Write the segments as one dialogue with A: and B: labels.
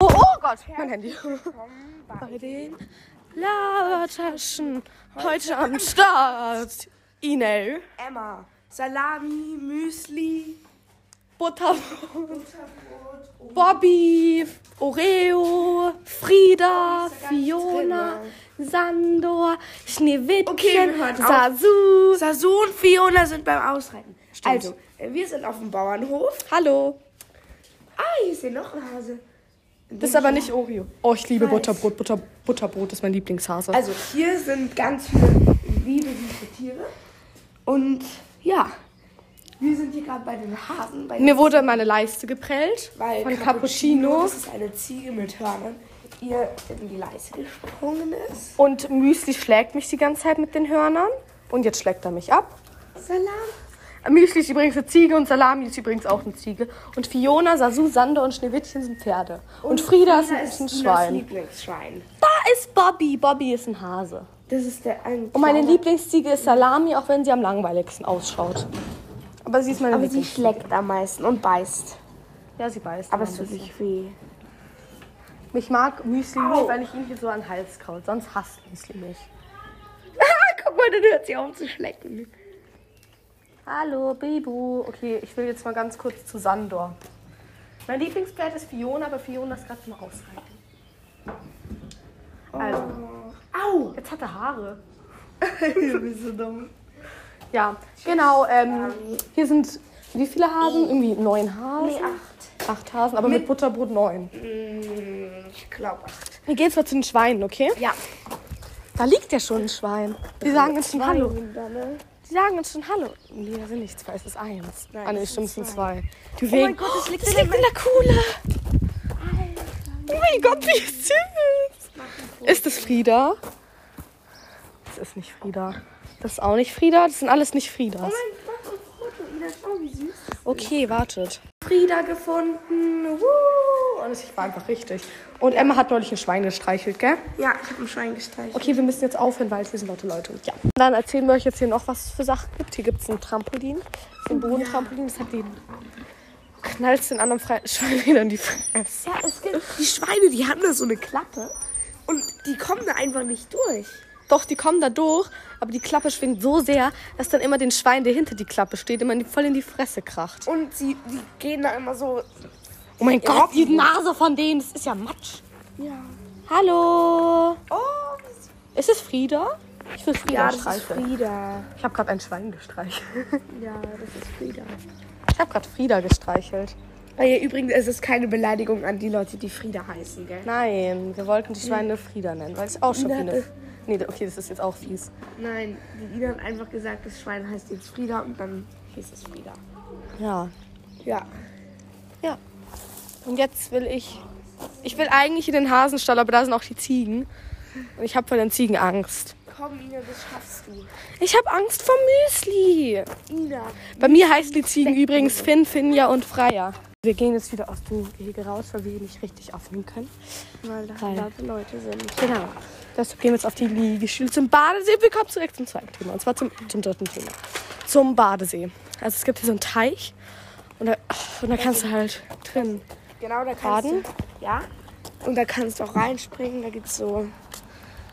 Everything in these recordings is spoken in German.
A: Oh
B: Gott, mein Handy. Bei den Labertaschen heute am Start. Inel,
A: Emma, Salami, Müsli,
B: Butterbrot,
A: Butterbrot, oh,
B: Bobby, Oreo, Frieda, Fiona, Sandor,
A: Okay,
B: Schneewittchen,
A: wir hören auf.
B: Sasu.
A: Sasu und Fiona sind beim Ausreiten.
B: Stimmt.
A: Also, äh, wir sind auf dem Bauernhof.
B: Hallo,
A: Ah, hier ist ja noch ein Hase.
B: das ist aber nicht Oreo. Oh, ich liebe
A: Weiß.
B: Butterbrot. Butter, Butterbrot ist mein Lieblingshase.
A: Also, hier sind ganz viele liebe, süße Tiere. Und Also, ja, wir sind hier gerade bei den Hasen. Bei den
B: Mir wurde meine Leiste geprellt
A: weil
B: von Cappuccino
A: Das ist eine Ziege mit Hörnern, ihr in die Leise gesprungen ist.
B: und Müsli schlägt mich die ganze Zeit mit den Hörnern und jetzt schlägt er mich ab.
A: Salam.
B: Müsli ist übrigens eine Ziege und Salami ist übrigens auch eine Ziege. Und Fiona, Sasu, Sander und Schneewittchen sind Pferde. Und, Frieda, ist ein,
A: Inas
B: Schwein.
A: Lieblingsschwein.
B: Da ist Bobby. Bobby ist ein Hase.
A: Das ist der ein
B: Und meine
A: kleiner-
B: Lieblingsziege ist Salami, auch wenn sie am langweiligsten ausschaut. Aber sie ist meine
A: Aber sie
B: Lieblings.
A: schlägt am meisten und beißt.
B: Ja, sie beißt.
A: Aber
B: immer
A: es
B: ein
A: tut
B: bisschen.
A: nicht weh.
B: Mich mag Müsli
A: Au.
B: nicht, weil ich ihn hier so an den Hals kaut. Sonst hasst Müsli mich.
A: Ah, Guck mal, dann hört sie auf zu schlecken.
B: Hallo, Bibu. Okay, ich will jetzt mal ganz kurz zu Sandor. Mein Lieblingspferd ist Fiona, aber Fiona ist gerade zum Ausreiten. Also,
A: Au!
B: jetzt hat er Haare.
A: du bist so dumm.
B: Ja, genau. Ähm, hier sind wie viele Hasen? Irgendwie neun Hasen?
A: Nee, acht.
B: Acht Hasen, aber mit, Butterbrot neun.
A: Hm, Ich glaube acht.
B: Wir gehen jetzt mal zu den Schweinen, okay?
A: Ja.
B: Da liegt ja schon ein Schwein. Die sagen uns schon Hallo.
A: Hallo.
B: Die sagen uns schon Hallo. Nee, da sind nicht zwei, es ist eins.
A: Nein,
B: ah, nee,
A: es
B: stimmt, es
A: sind
B: sind zwei.
A: Oh mein Gott, es liegt
B: es
A: in der
B: liegt in der Kuhle. Oh mein Gott, wie süß. Ist das Frieda? Das ist nicht Frieda. Das ist auch nicht Frieda. Das sind alles nicht Friedas.
A: Mein Gott, ein Foto. Ina, schau, wie süß.
B: Okay, wartet.
A: Frieda gefunden.
B: Und ich war einfach richtig. Und Emma hat neulich ein Schwein gestreichelt, gell?
A: Ja, ich habe ein Schwein gestreichelt.
B: Okay, wir müssen jetzt aufhören, weil hier sind lauter Leute. Ja. Dann erzählen wir euch jetzt hier noch, was es für Sachen gibt. Hier gibt es ein Trampolin. Das ist ein Bodentrampolin. Das hat den. Knallst den anderen Fre Schwein in die Fresse.
A: Ja, es gibt die Schweine, die haben da so eine Klappe und die kommen da einfach nicht durch.
B: Doch, die kommen da durch, aber die Klappe schwingt so sehr, dass dann immer den Schwein, der hinter die Klappe steht, immer in die, voll in die Fresse kracht.
A: Und sie, die gehen da immer so.
B: Oh mein
A: Gott,
B: die Nase von denen, das ist ja Matsch.
A: Ja.
B: Hallo.
A: Oh, wie süß.
B: Ist es Frieda? Ich will Frieda
A: ja, das ist
B: streicheln.
A: Frieda.
B: ich habe gerade ein Schwein gestreichelt.
A: Ja, das ist Frieda.
B: Ich habe gerade Frieda gestreichelt.
A: Weil ja, übrigens, es ist keine Beleidigung an die Leute, die Frieda heißen, gell?
B: Nein, wir wollten die Schweine Frieda nennen, weil es auch schon wie
A: Nein.
B: eine. Nee, okay, das ist jetzt auch fies.
A: Nein, die Ina hat einfach gesagt, das Schwein heißt jetzt Frieda und dann hieß es Frieda.
B: Ja.
A: Ja.
B: Ja. Und jetzt will ich. Ich will eigentlich in den Hasenstall, aber da sind auch die Ziegen. Und ich habe vor den Ziegen Angst.
A: Komm, Ina, das schaffst du.
B: Ich habe Angst vor Müsli.
A: Ina.
B: Bei mir heißen die Ziegen übrigens Finn, Finja und Freya. Wir gehen jetzt wieder aus dem Gehege raus, weil wir hier nicht richtig aufnehmen können.
A: Weil da
B: Weil-
A: laute Leute sind.
B: Genau. Deshalb gehen wir jetzt auf die Liegestühle zum Badesee. Wir kommen direkt zum zweiten Thema. Und zwar zum, zum dritten Thema. Zum Badesee. Also es gibt hier so einen Teich. Und da, und da kannst du halt drin.
A: Genau, da kannst
B: Baden?
A: du. Ja. Und da kannst du auch reinspringen. Da gibt es so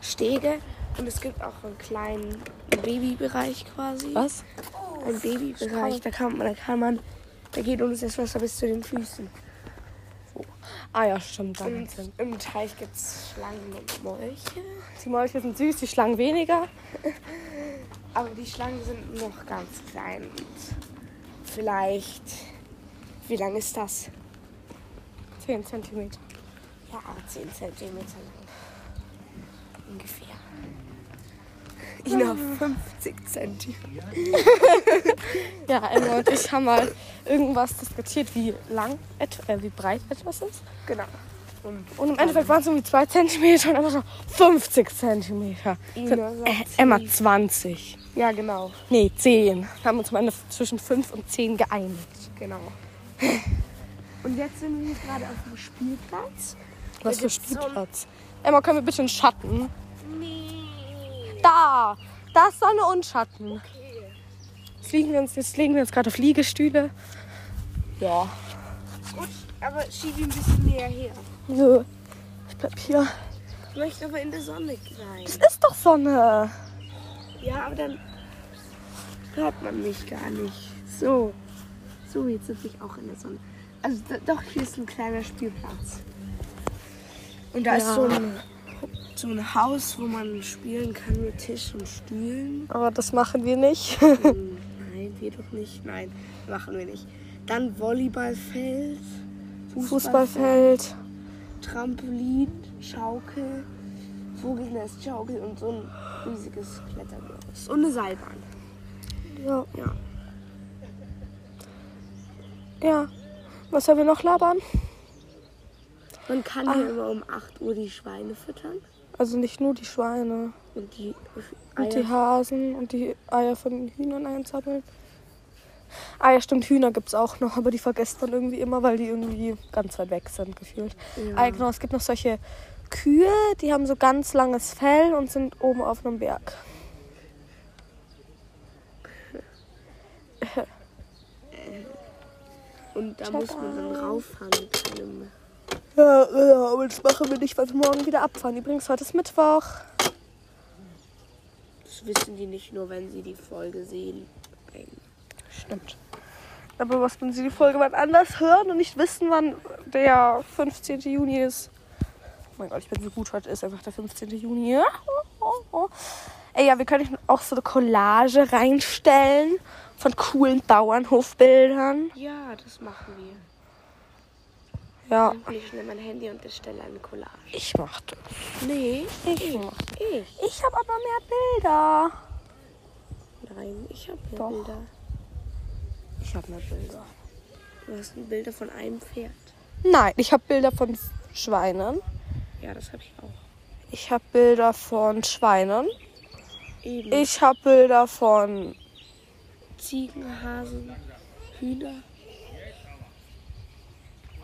A: Stege. Und es gibt auch einen kleinen Babybereich quasi.
B: Was?
A: Ein Babybereich. Da kann man, da kann man, da geht uns das Wasser bis zu den Füßen.
B: Ah ja, stimmt. Da
A: Und
B: macht's Sinn.
A: im Teich gibt es Schlangen und Molche.
B: die Molche sind süß, die Schlangen weniger.
A: Aber die Schlangen sind noch ganz klein. Und vielleicht, wie lang ist das?
B: 10 Zentimeter.
A: Ja, 10 cm lang. Ungefähr. Genau. Ina,
B: Genau.
A: 50 cm.
B: Ja, Emma und ich haben mal irgendwas diskutiert, wie lang, et- äh, wie breit etwas ist.
A: Genau. Und
B: Und im Endeffekt waren es irgendwie 2 Zentimeter und Emma so 50 Zentimeter.
A: Ina sagt
B: Äh, Emma 20.
A: Ja, genau.
B: Nee, 10. Wir haben uns am Ende zwischen 5 und 10 geeinigt.
A: Genau. Und jetzt sind wir gerade auf dem Spielplatz.
B: Was für
A: gibt's so ein-
B: Spielplatz. Emma, können wir bitte einen Schatten?
A: Nee.
B: Da! Da ist Sonne und Schatten. Jetzt liegen wir uns, jetzt liegen wir uns gerade auf Liegestühle. Ja.
A: Gut, aber schieb ihn ein bisschen näher her.
B: So. Papier.
A: Ich möchte aber in der Sonne sein.
B: Es ist doch Sonne.
A: Ja, aber dann hört man mich gar nicht. So. So, jetzt sitze ich auch in der Sonne. Also d- doch, hier ist ein kleiner Spielplatz. Und da ist
B: Ja.
A: so ein, so ein Haus, wo man spielen kann mit Tisch und Stühlen.
B: Aber das machen wir nicht.
A: Hm, Nein, wir doch nicht. Nein, machen wir nicht. Dann Volleyballfeld,
B: Fußballfeld.
A: Trampolin, Schaukel, Vogelnest, Schaukel und so ein riesiges Klettergerüst. Und eine Seilbahn.
B: Ja.
A: Ja.
B: ja. Was sollen wir noch labern?
A: Man kann hier immer um 8 Uhr die Schweine füttern.
B: Also nicht nur die Schweine.
A: Und die
B: Und
A: Eier.
B: die Hasen und die Eier von den Hühnern einsammeln. Ah ja, stimmt, Hühner gibt es auch noch, aber die vergisst man irgendwie immer, weil die irgendwie ganz weit weg sind, gefühlt.
A: Ja.
B: Ah ja, genau, es gibt noch solche Kühe, die haben so ganz langes Fell und sind oben auf einem Berg.
A: Und da muss man dann rauffahren mit einem.
B: Ja, ja, aber das machen wir nicht, weil wir morgen wieder abfahren. Übrigens, heute ist Mittwoch.
A: Das wissen die nicht nur, wenn sie die Folge sehen.
B: Stimmt. Aber was, wenn Sie die Folge wann anders hören und nicht wissen, wann der 15. Juni ist? Oh mein Gott, ich bin so gut, heute ist einfach der 15. Juni. Ey, ja, wir können auch so eine Collage reinstellen von coolen Bauernhofbildern.
A: Ja, das machen wir.
B: Ja,
A: Dann hol ich schnell mein Handy und erstelle eine Collage.
B: ich mach das.
A: Nee,
B: Ich mach das.
A: ich.
B: Ich hab aber mehr Bilder.
A: Nein, ich habe mehr
B: Doch.
A: Bilder.
B: Ich hab mehr Bilder.
A: Du hast nur Bilder von einem Pferd.
B: Nein, ich hab Bilder von Schweinen.
A: Ja, das habe ich auch.
B: Ich hab Bilder von Schweinen.
A: Eben.
B: Ich hab Bilder von
A: Ziegen, Hasen, Hühner.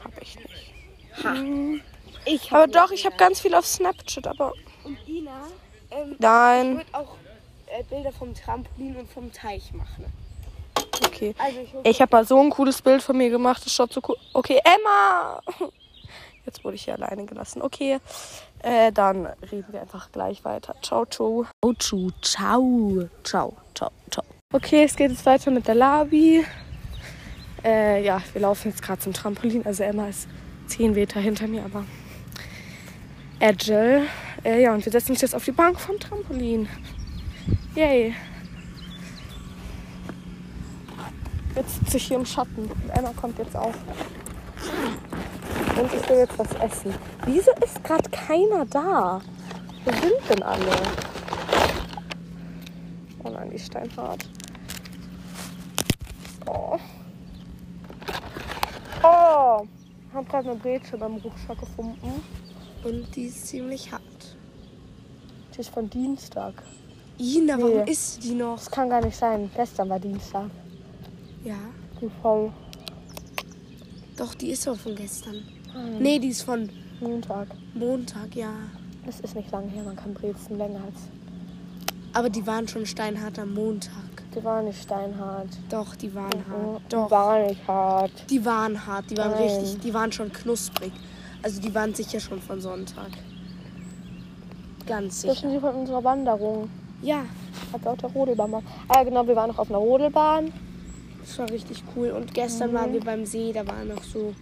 B: Hab ich nicht.
A: Ich
B: Aber doch, ich habe ganz viel auf Snapchat, aber.
A: Und Ina ähm, ich
B: Nein.
A: würde auch äh, Bilder vom Trampolin und vom Teich machen.
B: Okay.
A: Also ich hol-
B: Ich habe mal so ein cooles Bild von mir gemacht. Das schaut so cool. Okay, Emma! Jetzt wurde ich hier alleine gelassen. Okay. Äh, dann reden wir einfach gleich weiter. Ciao, ciao. Ciao, ciao. Ciao, ciao, ciao, ciao. Okay, es geht jetzt weiter mit der Labi. Äh, ja, wir laufen jetzt gerade zum Trampolin. Also Emma ist 10 Meter hinter mir, aber agile. Äh, ja, und wir setzen uns jetzt auf die Bank vom Trampolin. Yay. Jetzt sitze ich hier im Schatten. Und Emma kommt jetzt auch. Und ich will jetzt was essen. Wieso ist gerade keiner da? Wo sind denn alle? Oh nein, die Steinfahrt. Oh. Oh. Ich habe gerade eine Breze beim Rucksack gefunden.
A: Und die ist ziemlich hart.
B: Die ist von Dienstag.
A: Ina, warum
B: Nee.
A: isst du die noch?
B: Das kann gar nicht sein. Gestern war Dienstag.
A: Ja,
B: Die voll
A: doch, die ist doch von gestern. Nee, die ist von
B: Montag.
A: Montag, ja.
B: Das ist nicht lange her. Man kann Brezen länger als.
A: Aber die waren schon steinhart am Montag.
B: Die waren nicht steinhart.
A: Doch, die waren
B: Mhm.
A: hart. Doch.
B: War nicht hart.
A: Die waren hart, die waren
B: Nein.
A: richtig, die waren schon knusprig. Also die waren sicher schon von Sonntag. Ganz
B: Das
A: sicher.
B: sind die von unserer Wanderung.
A: Ja,
B: Hat auch der Rodelbahn gemacht. Ah ja, genau, wir waren noch auf einer Rodelbahn.
A: das war richtig cool. Und gestern waren wir beim See, da waren noch so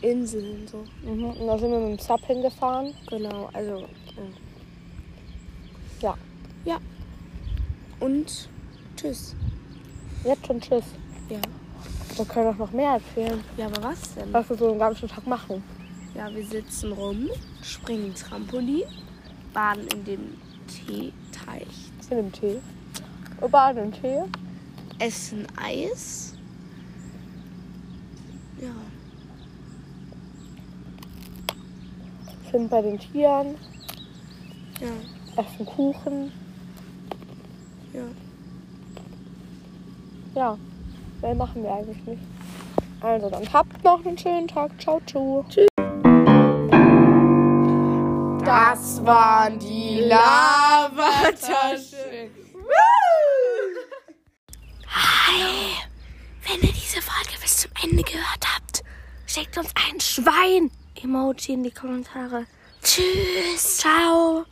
A: Inseln und so.
B: Mhm. Und da sind wir mit dem Sub hingefahren.
A: Genau, also.
B: Ja.
A: Ja. Und tschüss.
B: Jetzt schon Tschüss.
A: Ja.
B: Wir können doch noch mehr erzählen,
A: Ja, aber was denn?
B: was wir so den ganzen Tag machen.
A: Ja, wir sitzen rum, springen Trampolin, baden in dem Teeteich,
B: Mit dem Tee. Über den Tee.
A: essen Eis. Ja.
B: Sind bei den Tieren.
A: Ja,
B: Essen Kuchen.
A: ja.
B: Ja. Mehr machen wir eigentlich nicht. Also, dann habt noch einen schönen Tag. Ciao, ciao. Tschüss.
A: Das waren die Lavataschen.
C: Hey, wenn ihr diese Folge bis zum Ende gehört habt, schickt uns ein Schwein-Emoji in die Kommentare.
D: Tschüss.
A: Ciao.